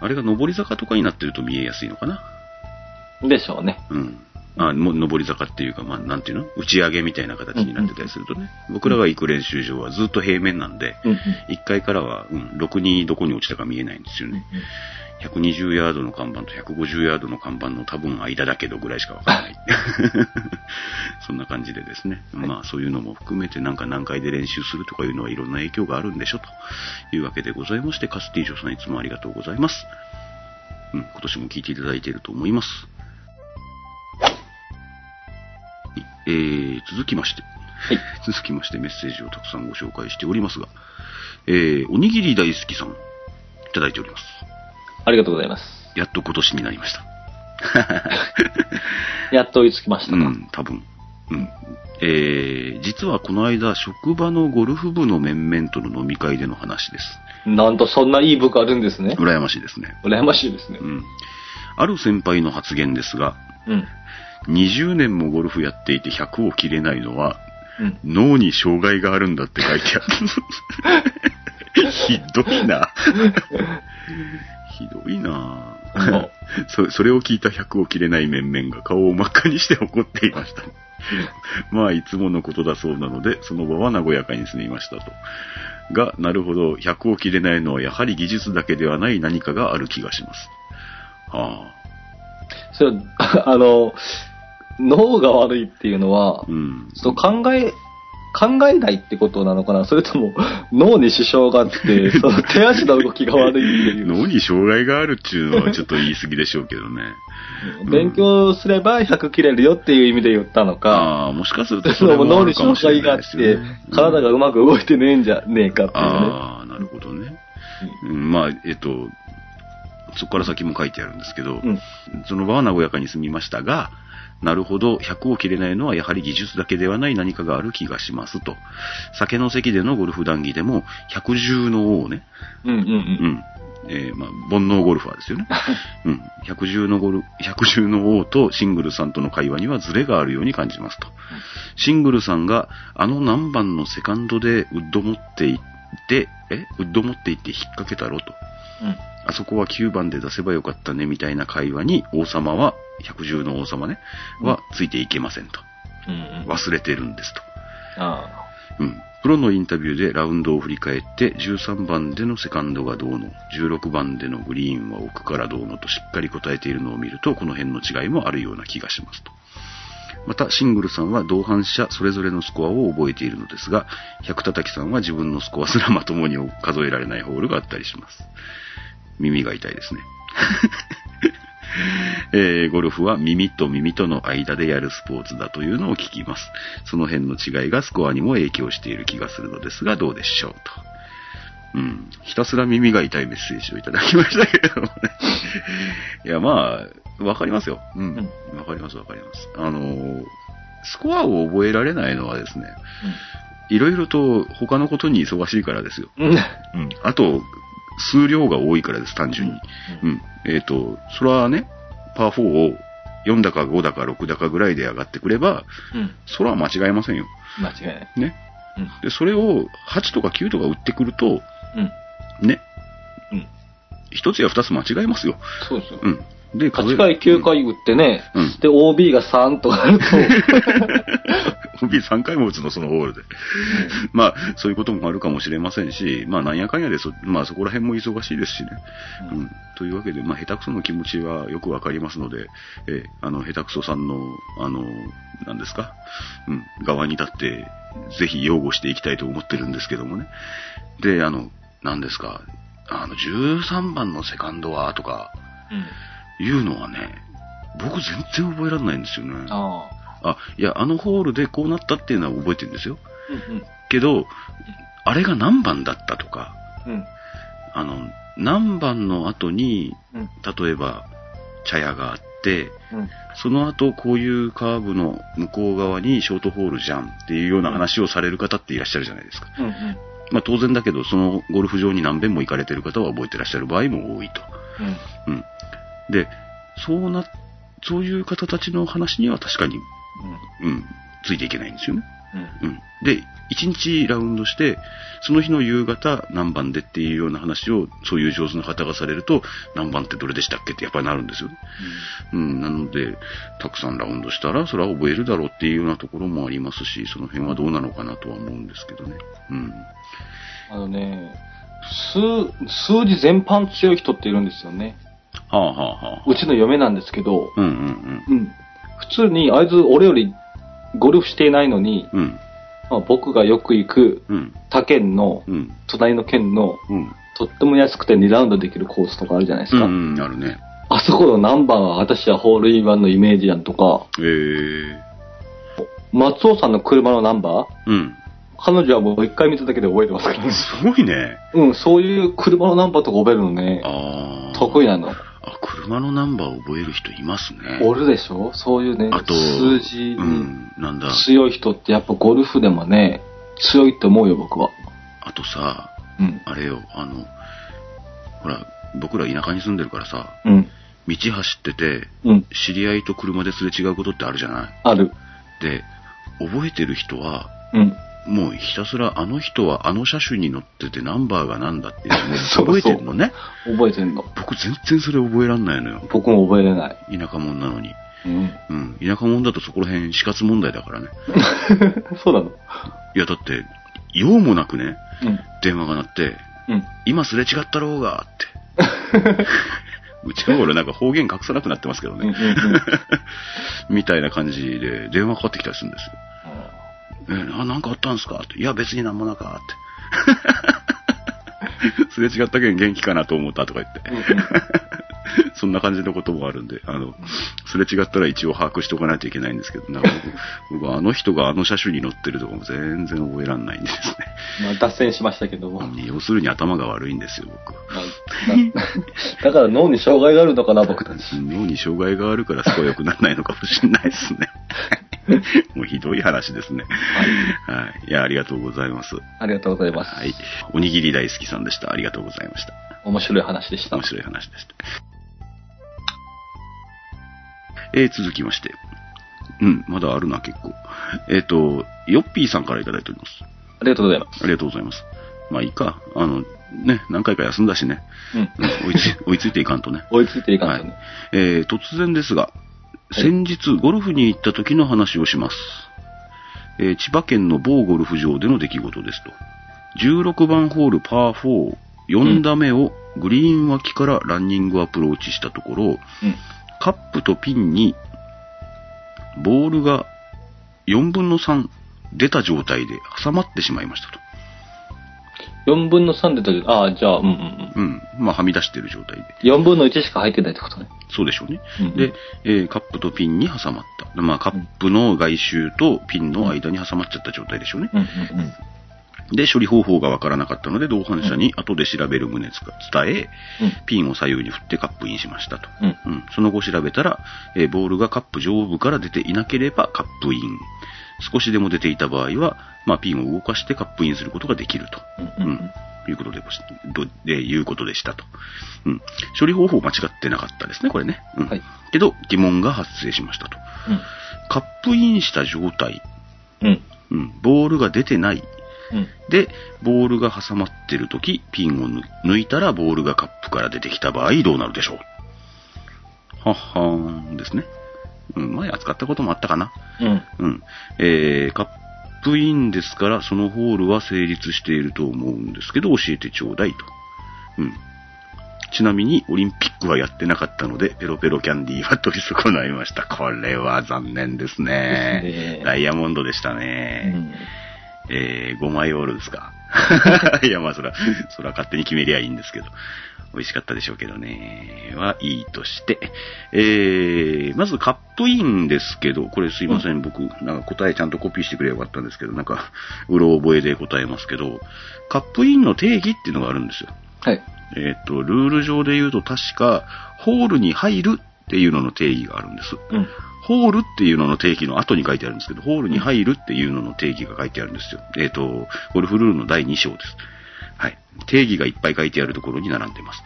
B: あれが上り坂とかになってると見えやすいのかな。
C: うん。でしょうね。
B: うん。あ、も上り坂っていうか、まあ、なんていうの打ち上げみたいな形になってたりするとね。僕らが行く練習場はずっと平面なんで、
C: うんうん。
B: 1階からは、うん、ろくにどこに落ちたか見えないんですよね。120ヤードの看板と150ヤードの看板の多分間だけどぐらいしかわから
C: <laughs>
B: ない。そんな感じでですね。
C: はい
B: まあそういうのも含めてなんか何回で練習するとかいうのはいろんな影響があるんでしょというわけでございまして、カスティージョさんいつもありがとうございます。うん、今年も聞いていただいていると思います。えー、続きまして。
C: い
B: 続きましてメッセージをたくさんご紹介しておりますが、えー、おにぎり大好きさん、いただいております。
C: ありがとうございます。
B: やっと今年になりました。
C: やっと追いつきました
B: う
C: か。
B: ん、多分。うん。えー、実はこの間、職場のゴルフ部の面々との飲み会での話です。
C: なんとそんないい部があるんですね。
B: 羨ましいですね。
C: 羨ましいですね
B: う。ん。ある先輩の発言ですが、
C: うん。
B: 20年もゴルフやっていて100を切れないのは、
C: うん。
B: 脳に障害があるんだって書いてあ
C: <laughs>
B: る。ひどいな。ひどいな
C: あ
B: <laughs> そそれを聞いた100を切れない面々が顔を真っ赤にして怒っていました。 <laughs> まあ、いつものことだそうなので、その場は和やかに済みましたと。が、なるほど、100を切れないのはやはり技術だけではない何かがある気がします。はあ、
C: それ <laughs> は、あの、脳が悪いっていうのは
B: う、ん。
C: そう考え、考えないってことなのかな <laughs> それとも、脳に支障があ
B: <laughs>
C: って、その手足の動きが悪いっていう。
B: 脳に障害があるっていうのはちょっと言い過ぎでしょうけどね。
C: 勉強すれば100切れるよっていう意味で言ったのか、
B: ああ、もしかすると
C: それも
B: もあ
C: 脳
B: る
C: に
B: かも
C: 障
B: しれ
C: 害
B: な
C: があ
B: い
C: っ
B: です
C: て
B: よね、
C: 体が
B: うん
C: うまく動いてねえんじゃねえかっていうね。
B: ああ、なるほどね。うん、まあ、えっと、そこから先も書いてあるんですけど、
C: うん。
B: その場は和やかに済みましたが、なるほど、100を切れないのはやはり技術だけではない何かがある気がしますと。酒の席でのゴルフ談義でも、百獣の王ね、
C: うんうん
B: う
C: うん。
B: ん。えーまあ、煩悩ゴルファーですよね。うん。百獣のゴル、百獣の王とシングルさんとの会話にはズレがあるように感じますと。シングルさんが、あの何番のセカンドでウッド持っていって、えウッド持っていって引っ掛けたろと。あそこは9番で出せばよかったねみたいな会話に王様は、百獣の王様ね、はついていけませんと。
C: うんうんうん。
B: 忘れてるんですと。
C: あ
B: うん。プロのインタビューでラウンドを振り返って、13番でのセカンドがどうの、16番でのグリーンは奥からどうのとしっかり答えているのを見ると、この辺の違いもあるような気がしますと。また、シングルさんは同伴者それぞれのスコアを覚えているのですが、百叩きさんは自分のスコアすらまともに数えられないホールがあったりします。耳が痛いですね。 <laughs> えーゴルフは耳と耳との間でやるスポーツだというのを聞きます。その辺の違いがスコアにも影響している気がするのですが、どうでしょうと。うん。ひたすら耳が痛いメッセージをいただきましたけれどもね。 <laughs> いや、まあ、わかりますよ。うん。わかります、わかります。あのー、スコアを覚えられないのはですね、いろいろと他のことに忙しいからですよ。
C: うん。うん。
B: うん。あと、数量が多いからです、単純に。うん。えっ、と、それはね、パー4を4だか5だか6だかぐらいで上がってくれば、
C: うん。
B: それは間違えませんよ。
C: 間違いない。
B: ね。
C: うん。
B: で、それを8とか9とか打ってくると、
C: うん。
B: ね、
C: うん。
B: 1つや2つ間違えますよ。
C: そうですよ。
B: うん。で、
C: 8回、9回打ってね、
B: うん
C: で、OB が3とか
B: <laughs>
C: あると、
B: OB3 回も打つの、そのホー
C: <laughs>
B: ルで。まあ、そういうこともあるかもしれませんし、まあ、なんやかんやでそ、まあ、そこら辺も忙しいですしね。う
C: うん
B: ん。というわけで、まあ、下手くその気持ちはよくわかりますので、えーあの、下手くそさんの、あの、なんですか、うん、側に立って、ぜひ擁護していきたいと思ってるんですけどもね。で、あの、なんですか、あの、13番のセカンドは、とか、いうのはね、僕全然覚えられないんですよね。
C: ああ。
B: あ、いや、あのホールでこうなったっていうのは覚えてるんですよ。
C: うん
B: けど、あれが何番だったとか、
C: うん。うん。
B: あの、何番の後に、
C: うん。
B: 例えば、茶屋があって、
C: うん。
B: その後こういうカーブの向こう側にショートホールじゃんっていうような話をされる方っていらっしゃるじゃないですか。
C: うん。
B: まあ当然だけど、そのゴルフ場に何遍も行かれてる方は覚えてらっしゃる場合も多いと。
C: うん。
B: うん。で、そうな、そういう方たちの話には確かに、うん、ついていけないんですよね。
C: うん。
B: うん。で、1日ラウンドして、その日の夕方何番でっていうような話を、そういう上手な方がされると、何番ってどれでしたっけってやっぱりなるんですよね。うん、なので、たくさんラウンドしたら、それは覚えるだろうっていうようなところもありますし、その辺はどうなのかなとは思うんですけどね。うん。
C: あのね、数、数字全般強い人っているんですよね。
B: はあはあはあ。
C: うちの嫁なんですけど、
B: うんうん
C: うん。普通に、あいつ俺よりゴルフしていないのに、
B: うん。うん。
C: まあ、僕がよく行く
B: うん。
C: 他県の、
B: うん。
C: 隣の県の、
B: うん。
C: とっても安くて2ラウンドできるコースとかあるじゃないです
B: う
C: か。
B: ん、うん、あるね。
C: あそこの何番は私はホールインワンのイメージやんとか、
B: ええ
C: 松尾さんの車のナンバー
B: うん。
C: 彼女はもう一回見ただけで覚えてますからね。
B: すごいね。
C: <laughs> うん、そういう車のナンバーとか覚えるのね、
B: ああ。
C: 得意なの。
B: あ、車のナンバーを覚える人いますね。
C: おるでしょそういうね
B: あ、と、
C: 数字
B: う
C: に
B: ん、なんだ。
C: 強い人ってやっぱゴルフでもね、強いって思うよ、僕は。
B: あとさ、
C: うん。
B: あれよ、あの、ほら、僕ら田舎に住んでるからさ、
C: うん。
B: 道走ってて、
C: うん。
B: 知り合いと車ですれ違うことってあるじゃない。
C: ある。
B: で、覚えてる人は、
C: うん。
B: もうひたすらあの人はあの車種に乗っててナンバーがなんだっていうね
C: <laughs> そうそ
B: 覚
C: う
B: えてるのね。
C: 覚えてんの。
B: 僕全然それ覚えらんないのよ。
C: 僕も覚えれない。
B: 田舎者なのに。
C: うん。 <laughs>
B: うん。田舎者だとそこら辺死活問題だからね。
C: そうなの
B: いやだって、用もなくね、
C: うん。
B: 電話が鳴って、
C: うん。
B: 今すれ違ったろうがって。
C: <laughs>
B: うちの頃なんか方言隠さなくなってますけど
C: うんうん
B: ね。
C: う
B: <laughs>
C: ん。
B: みたいな感じで電話かかってきたりするんですよ。えあ、なんかあったんすかって。いや、別になんもなかって。 <laughs> すれ違ったけん元気かなと思ったとか言って。 <laughs> そんな感じのこともあるんで、あの、すれ違ったら一応把握しておかないといけないんですけど、なんか僕、僕 <laughs> はあの人があの車種に乗ってるとかも全然覚えらんないんです
C: まあ、脱線しましたけども。
B: ね。 <laughs> 要するに頭が悪いんですよ、僕。
C: まあだだから脳に障害があるのかな、僕たち。
B: 脳に障害があるからすごい良くならないのかもしれないですね。 <laughs> もうひどい話ですね。はい。いや、ありがとうございます。
C: ありがとうございます。
B: はい。おにぎり大好きさんでした。ありがとうございました。
C: 面白い話でした。
B: 面白い話でした。えー、続きまして。うん、まだあるな、結構。えっ、と、ヨッピーさんからいただいております。
C: ありがとうございます。
B: ありがとうございます。まあいいか。あの、ね、何回か休んだしね。
C: うん。
B: うん追いつ <laughs> 追いついていかんとね。
C: 追いついていかないとね。
B: えー突然ですが、先日ゴルフに行った時の話をします。えー千葉県の某ゴルフ場での出来事ですと。16番ホールパー4、4打目をグリーン脇からランニングアプローチしたところ、
C: うん。
B: カップとピンにボールが4分の3出た状態で挟まってしまいましたと。
C: 4分の3でたけど、ああ、じゃあ、うんうんうん。
B: うん。まあ、はみ出している状態で。
C: 4分の1しか入ってないってことね。
B: そうでしょうね。
C: うん
B: で、えーカップとピンに挟まった。まあ、カップの外周とピンの間に挟まっちゃった状態でしょうね。
C: うんうんうん
B: で、処理方法がわからなかったので、同伴者に後で調べる旨伝え、ピンを左右に振ってカップインしましたと。
C: うんうん
B: うん、その後調べたら、えーボールがカップ上部から出ていなければカップイン。少しでも出ていた場合は、まあ、ピンを動かしてカップインすることができると。
C: う
B: うん
C: うん
B: んいうことでごしどでいうことでしたと、うん。処理方法間違ってなかったですね、これね。うん
C: はい
B: けど、疑問が発生しましたと。カップインした状態、
C: うんうん
B: うん、ボールが出てない。
C: うん
B: で、ボールが挟まってるとき、ピンを抜抜いたらボールがカップから出てきた場合、どうなるでしょうはっはーんですね。うん、前扱ったこともあったかな。
C: うん
B: うん。えー、カップインですから、そのホールは成立していると思うんですけど、教えてちょうだいと。うん。ちなみに、オリンピックはやってなかったので、ペロペロキャンディーは取り損ないました。これは残念ですね。
C: ですね
B: ダイヤモンドでした
C: う
B: ね。
C: ん
B: えー、5枚オールですか。 <laughs> いや、まあ、そら、そら勝手に決めりゃいいんですけど。美味しかったでしょうけどね。は、いいとして。えー、まずカップインですけど、これすいません。僕、なんか答えちゃんとコピーしてくればよかったんですけど、なんか、うろ覚えで答えますけど、カップインの定義っていうのがあるんですよ。
C: はい。
B: えーっ、と、ルール上で言うと確か、ホールに入るっていうのの定義があるんです。
C: うん
B: ホールっていうのの定義の後に書いてあるんですけど、ホールに入るっていうのの定義が書いてあるんですよ。えっ、と、ゴルフルールの第2章です。はい。定義がいっぱい書いてあるところに並んでます。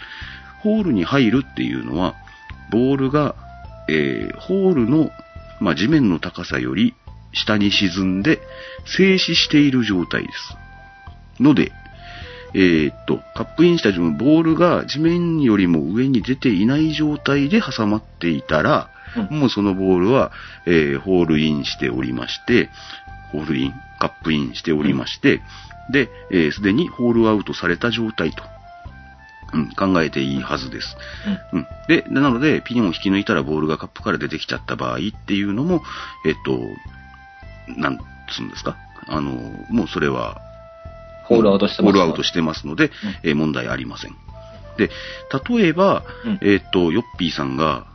B: ホールに入るっていうのは、ボールが、えーホールの、まあ、地面の高さより下に沈んで静止している状態です。ので、えーっと、カップインした自分、ボールが地面よりも上に出ていない状態で挟まっていたら、
C: うん
B: もうそのボールは、えーホールインしておりまして、ホールイン、カップインしておりまして、で、えーすでにホールアウトされた状態と、うん、考えていいはずです。うん。で、なので、ピンを引き抜いたらボールがカップから出てきちゃった場合っていうのも、えっと、なんつうんですかあの、もうそれは、
C: ホールアウトしてます。
B: ホールアウトしてますので、えー問題ありません。で、例えば、
C: うん
B: えーっと、ヨッピーさんが、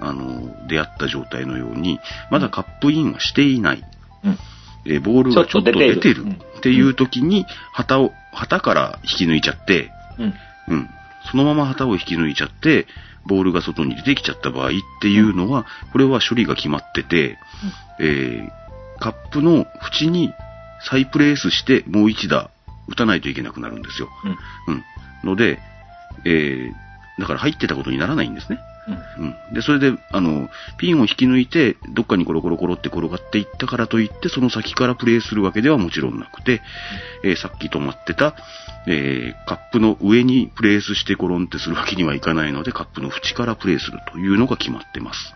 B: あの、出会った状態のように、まだカップインはしていない。
C: うん
B: えーボールがちょっと出て
C: ちょっ
B: る
C: と出てる
B: っていう時に、旗を、旗から引き抜いちゃって、
C: うん。
B: うん。そのまま旗を引き抜いちゃって、ボールが外に出てきちゃった場合っていうのは、これは処理が決まってて、えー、カップの縁に再プレースしてもう一打打たないといけなくなるんですよ。
C: うん。
B: うん。ので、えー、だから入ってたことにならないんですね。うん。で、それで、あの、ピンを引き抜いて、どっかにコロコロコロって転がっていったからといって、その先からプレーするわけではもちろんなくて、えーさっき止まってた、えーカップの上にプレースしてコロンってするわけにはいかないので、カップの縁からプレーするというのが決まってます。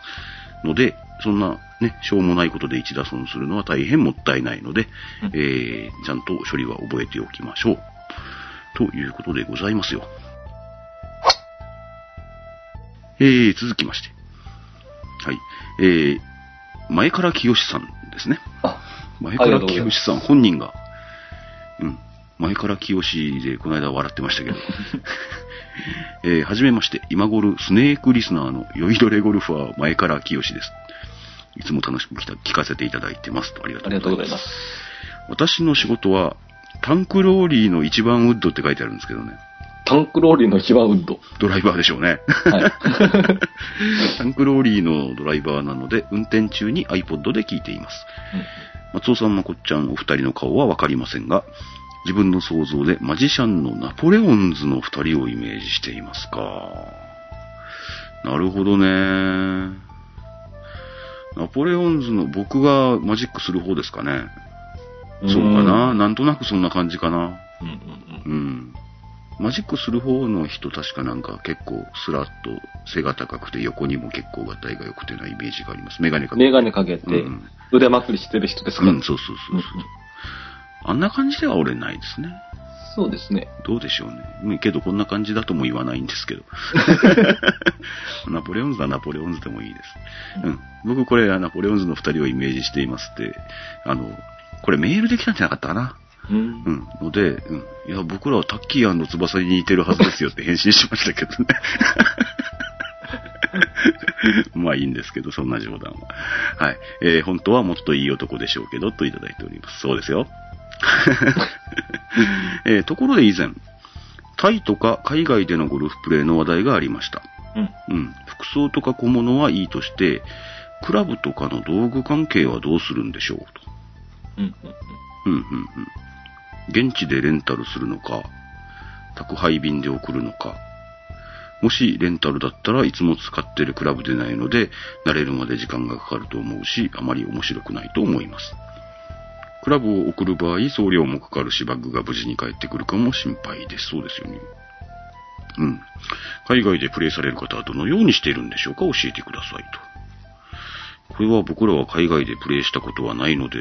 B: ので、そんな、ね、しょうもないことで一打損するのは大変もったいないので、
C: うん
B: えーちゃんと処理は覚えておきましょう。ということでございますよ。えー、続きまして。はい。えー、前から清さんですね。
C: あ、
B: 前から
C: ありがとうござい
B: 清
C: ま
B: さん本人が、うん、前から清でこの間笑ってましたけど、 <laughs> えーはじめまして、今頃スネークリスナーの酔いどれゴルファー前から清です。いつも楽しく聞た聞かせていただいてますと。ありがと
C: ありがと
B: う
C: う
B: ご
C: ご
B: ざ
C: ざ
B: いま
C: いますす。。
B: 私の仕事は、タンクローリーの一番ウッドって書いてあるんですけどね。
C: タンクローリーの基盤ウッド。
B: ドライバーでしょうね。
C: はい。
B: <laughs> タンクローリーのドライバーなので、運転中に iPod で聞いています。松尾さん、まこっちゃん、お二人の顔はわかりませんが、自分の想像でマジシャンのナポレオンズの二人をイメージしていますか。なるほどね。ナポレオンズの僕がマジックする方ですかね。そうかな。なんとなくそんな感じかな。
C: うんうん
B: うん。マジックする方の人確かなんか結構スラッと背が高くて横にも結構がたいが良くてなイメージがあります。メガネか
C: う
B: けて
C: ん。メガネかけて
B: うんうん、
C: 腕まくりしてる人ですか
B: うん、そうそうそうそう。あんな感じでは俺ないですね。
C: そうですね。
B: どうでしょうね。うんけどこんな感じだとも言わないんですけど。 <laughs> ナポレオンズはナポレオンズでもいいです。うん。僕これナポレオンズの二人をイメージしていますって、あの、これメールできたんじゃなかったかな。
C: うん
B: う。ん。ので、うん。いや、僕らはタッキー翼に似てるはずですよって返信しましたけどね。 <laughs> まあいいんですけど、そんな冗談は。はい。えー本当はもっといい男でしょうけど、といただいております。そうですよ。 <laughs> えーところで以前、タイとか海外でのゴルフプレーの話題がありました。
C: うん。
B: うん。服装とか小物はいいとして、クラブとかの道具関係はどうするんでしょうと。
C: うん。
B: うんうんうん。現地でレンタルするのか、宅配便で送るのか。もしレンタルだったらいつも使ってるクラブでないので、慣れるまで時間がかかると思うし、あまり面白くないと思います。クラブを送る場合、送料もかかるし、バッグが無事に帰ってくるかも心配です。そうですよね。うん。海外でプレイされる方はどのようにしているんでしょうか教えてくださいと。これは僕らは海外でプレイしたことはないので、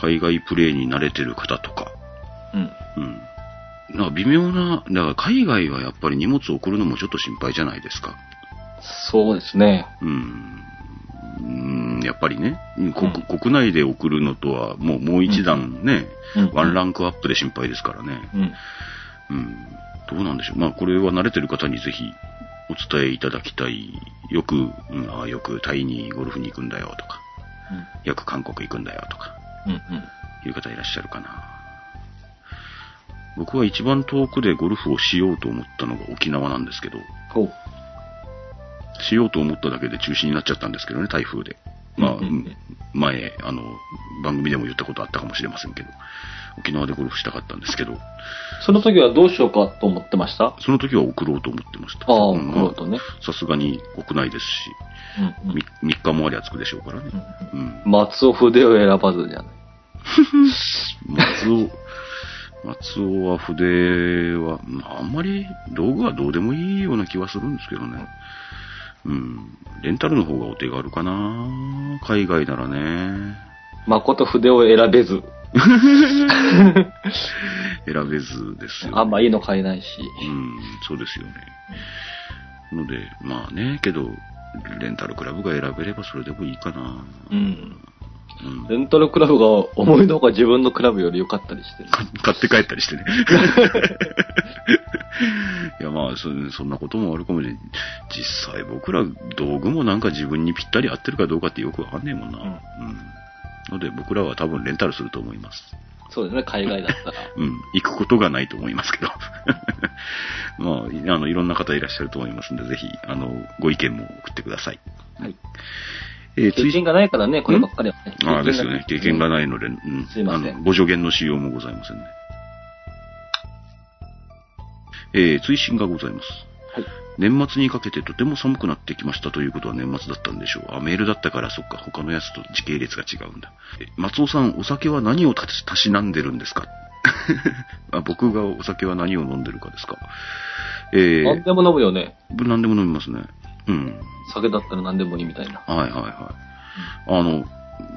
B: 海外プレイに慣れてる方とか、
C: うん。うん。
B: うん。なんか微妙な、だから海外はやっぱり荷物を送るのもちょっと心配じゃないですか。
C: そうですね。
B: うん。うんやっぱりね、
C: う
B: 国
C: ん
B: 国内で送るのとはもうもう一段ね、
C: うん
B: ワンランクアップで心配ですからね。
C: うん。
B: うん。どうなんでしょう。まあこれは慣れてる方にぜひお伝えいただきたい。よく、うん、ああよくタイにゴルフに行くんだよとか、よく韓国行くんだよとか、
C: うん。うん。
B: いう方いらっしゃるかな。僕は一番遠くでゴルフをしようと思ったのが沖縄なんですけど、
C: ほう。
B: しようと思っただけで中止になっちゃったんですけどね、台風で。まあ、
C: うんうんうん
B: 前、あの、番組でも言ったことあったかもしれませんけど、沖縄でゴルフしたかったんですけど、
C: その時はどうしようかと思ってました
B: その時は送ろうと思ってました。
C: ああ、
B: うん
C: 送ろうとね。
B: さすがに国内ですし、
C: うんうん
B: み3日もありゃ着くでしょうからね。うん。
C: 松尾筆を選ばずじゃない。
B: 松尾、 <laughs> 松尾は筆は、まああんまり道具はどうでもいいような気はするんですけどね。うん。レンタルの方がお手軽かな海外ならね。
C: 誠筆を選べず。
B: 選べずですよ、
C: あんまいいの買えないし。
B: うん、そうですよね。ので、まあね、けど、レンタルクラブが選べればそれでもいいかな
C: うん。
B: うん。
C: レンタルクラブが思いのほか自分のクラブより良かったりしてる。
B: か買って帰ったりして <laughs> ね。いやまあそ、そんなこともあるかもしれない。実際僕ら道具もなんか自分にぴったり合ってるかどうかってよくわかんねえもんな。
C: うん
B: うん。ので僕らは多分レンタルすると思います。
C: そうですね、海外だったら。
B: うん。行くことがないと思いますけど。 <laughs> まあ、あの、いろんな方いらっしゃると思いますんで、ぜひ、あの、ご意見も送ってください。
C: はい。
B: えー、
C: <laughs> 経
B: 追
C: 験がないからね、こればっかりはね。
B: ああ、ですよね。経験が
C: い。
B: ないので、うん。
C: すいません
B: あの、ご助言のしようもございませんね。えー、追伸がございます。
C: はい
B: 年末にかけてとても寒くなってきましたということは年末だったんでしょう。あ、メールだったからそっか、他のやつと時系列が違うんだ。え松尾さん、お酒は何をたし、たしなんでるんですか <laughs> あ僕がお酒は何を飲んでるかですかえ
C: 何でも飲むよね。
B: ー、何でも飲みますね。うん。
C: 酒だったら何でもいいみたいな。
B: はいはいはい。あの、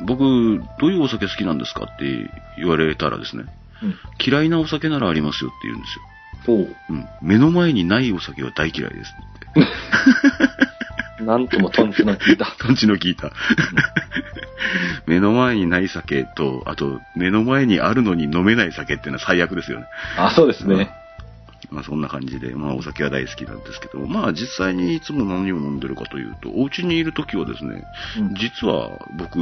B: 僕、どういうお酒好きなんですかって言われたらですね、
C: うん。
B: 嫌いなお酒ならありますよって言うんですよ。
C: ほう。
B: うん。目の前にないお酒は大嫌いですって。
C: なんともトンチの効いた。
B: パンチの効いた。目の前にない酒と、あと、目の前にあるのに飲めない酒っていうのは最悪ですよね。
C: <laughs> あ、そうですね。
B: まあそんな感じで、まあお酒は大好きなんですけど、まあ実際にいつも何を飲んでるかというと、お家にいるときはですね、
C: うん
B: 実は僕、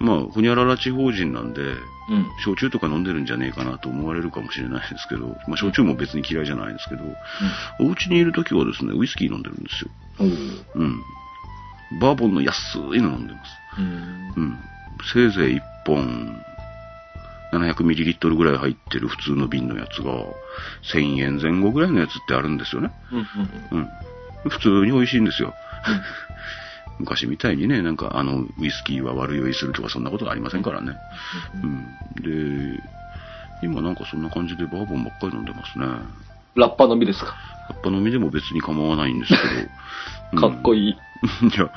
B: まあ、ほにゃらら地方人なんで、
C: うん。
B: 焼酎とか飲んでるんじゃねえかなと思われるかもしれないですけど、まあ、焼酎も別に嫌いじゃないですけど、お家にいるときはですね、ウイスキー飲んでるんですよ。
C: うん。
B: うん。バーボンの安いの飲んでます。
C: うん。
B: うん。せいぜい1本、700ml ぐらい入ってる普通の瓶のやつが、1000円前後ぐらいのやつってあるんですよね。
C: うん。
B: うん。普通に美味しいんですよ。 <laughs> 昔みたいにね、なんかあの、ウイスキーは悪酔いするとかそんなことはありませんからね。うん。で、今なんかそんな感じでバーボンばっかり飲んでますね。
C: ラッパ飲みですか。
B: やっぱ飲みでも別に構わないんですけど。
C: <laughs> かっこ
B: いい。
C: いい。
B: いや、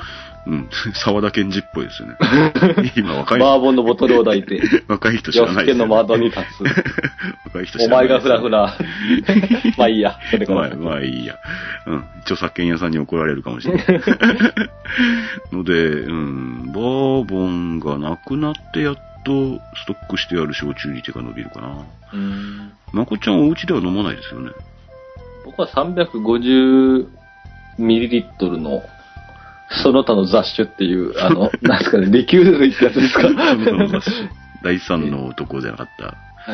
B: うん、 <laughs> 沢田賢治っぽいですよ
C: <laughs>
B: ね。今若い
C: バーボンのボトルを抱い <laughs> て、
B: 若い人知
C: 洋
B: らない
C: 服の窓に立
B: <laughs> 若い人
C: つ。お
B: 知らない
C: 前
B: で
C: が
B: す
C: フラフラ。 <laughs> まあいいや、それか
B: まあ、
C: ら。
B: まあいいや。うん。著作権屋さんに怒られるかもしれない。 <laughs> ので、うん、バーボンがなくなってやっとストックしてある焼酎に手が伸びるかな。
C: うん
B: まこちゃんお家では飲まないですよね。
C: 僕は350ミリリットルの、その他の雑種っていう、あ <laughs> の、なんですかね、リキュール類ってやつですか。
B: その他の雑
C: <laughs> は
B: 誌。 <laughs> 第三の男じゃなかった。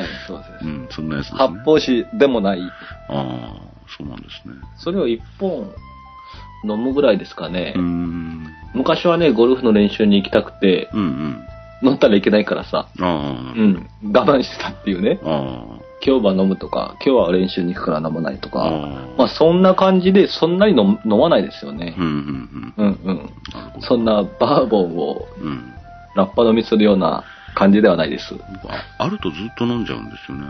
C: い、そうです
B: う
C: ね。
B: ん、そんなやつですね。
C: 発泡酒でもない。
B: ああ、そうなんですね。
C: それを一本飲むぐらいですかね
B: うー。ん。
C: 昔はね、ゴルフの練習に行きたくて、
B: うんうん。
C: 飲んだらいけないからさ、
B: ああ、
C: うん、我慢してたっていうね。
B: あ
C: 今日は飲むとか、今日は練習に行くから飲まないと
B: あ、
C: か、
B: あ
C: まあそんな感じで、そんなに飲飲まないですよ
B: あ
C: ね
B: う。んうん
C: うんうん。
B: うん。なるほど。
C: そんなバーボンを
B: うん。
C: ラッパ飲みするような感じではないです。
B: 僕、ああるとずっと飲んじゃうんですよね。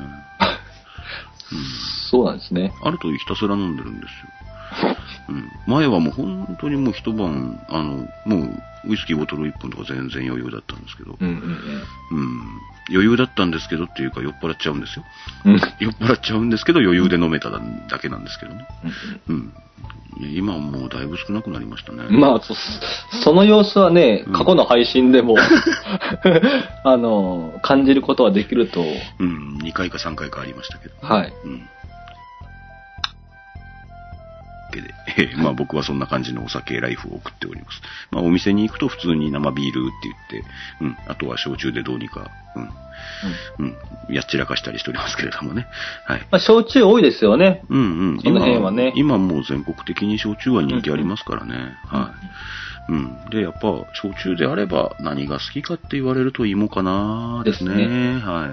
C: そうなんですね。
B: あるとひたすら飲んでるんです
C: <laughs>
B: よ。うん、前はもう本当にもう一晩、あの、もうウイスキーボトル1本とか全然余裕だったんですけど、
C: うん
B: うん、余裕だったんですけどっていうか酔っ払っちゃうんですよ。
C: うんうん。うん
B: 酔っ払っちゃうんですけど余裕で飲めただだけなんですけどね。うん。いや今はもうだいぶ少なくなりましたね。
C: まあそ、その様子はね
B: う、ん
C: 過去の配
B: <laughs>
C: 信でも、 <laughs> あの、感じることはできると、
B: うん、2回か3回かありましたけど。
C: はい。
B: うん。けで、えーまあ僕はそんな感じのお酒ライフを送っております。まあお店に行くと普通に生ビールって言って、うん、あとは焼酎でどうにか、うん、うん、やっちらかしたりしておりますけれどもね。はい。
C: まあ、焼酎多いですよね。
B: うんうん。
C: この辺はね
B: 今今もう全国的に焼酎は人気ありますからね。はい。うん。で、やっぱ、焼酎であれば何が好きかって言われると芋かなですね。
C: です
B: はい。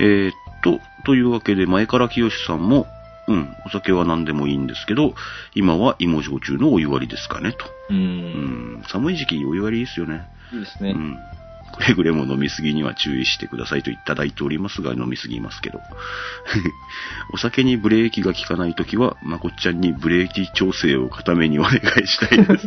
B: えーっと、というわけで、前から清さんも、うん、お酒は何でもいいんですけど、今は芋焼酎のお湯割りですかね、と。
C: うん。
B: うん、寒い時期お湯割りいいですよね。
C: いいですね
B: う。ん。くれぐれも飲みすぎには注意してくださいといただいておりますが、飲みすぎますけど。 <laughs> お酒にブレーキが効かないときは、まこっちゃんにブレーキ調整を固めにお願いしたいです。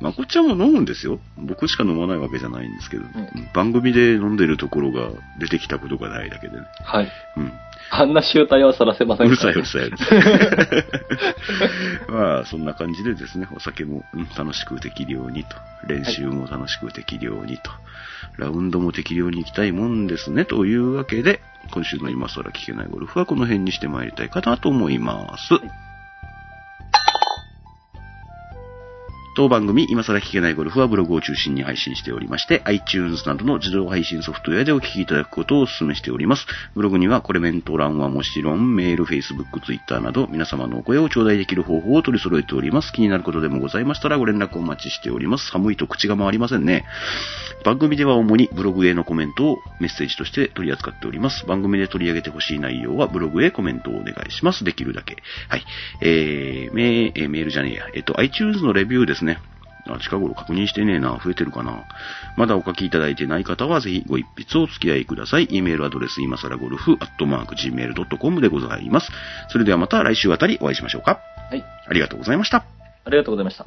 B: まこっちゃんも飲むんですよ。僕しか飲まないわけじゃないんですけど、
C: ん
B: 番組で飲んでるところが出てきたことがないだけでね。
C: はい。
B: うん。
C: あんな集体はさらせませ
B: うんる
C: か
B: さ
C: ら
B: い、うるさい、うる
C: <laughs>
B: さい。まあ、そんな感じでですね、お酒も、うん楽しく適量にと、練習も楽しく適量にと、ラウンドも適量に行きたいもんですね、というわけで、今週の今更聞けないゴルフはこの辺にしてまいりたいかなと思います。当番組、今更聞けないゴルフはブログを中心に配信しておりまして、iTunes などの自動配信ソフトウェアでお聞きいただくことをお勧めしております。ブログにはコレメント欄はもちろん、メール、Facebook、Twitter など、皆様のお声を頂戴できる方法を取り揃えております。気になることでもございましたらご連絡お待ちしております。寒いと口が回りませんね。番組では主にブログへのコメントをメッセージとして取り扱っております。番組で取り上げてほしい内容はブログへコメントをお願いします。できるだけ。はい。えー、メえーメールじゃねえや。えっと、iTunes のレビューですね。あ近頃確認してねえな。増えてるかな。まだお書きいただいてない方は、ぜひご一筆お付き合いください。e メールアドレス、今更ゴルフ、アットマーク、gmail.com でございます。それではまた来週あたりお会いしましょうか。
C: はい。
B: ありがとうございました。
C: ありがとうございました。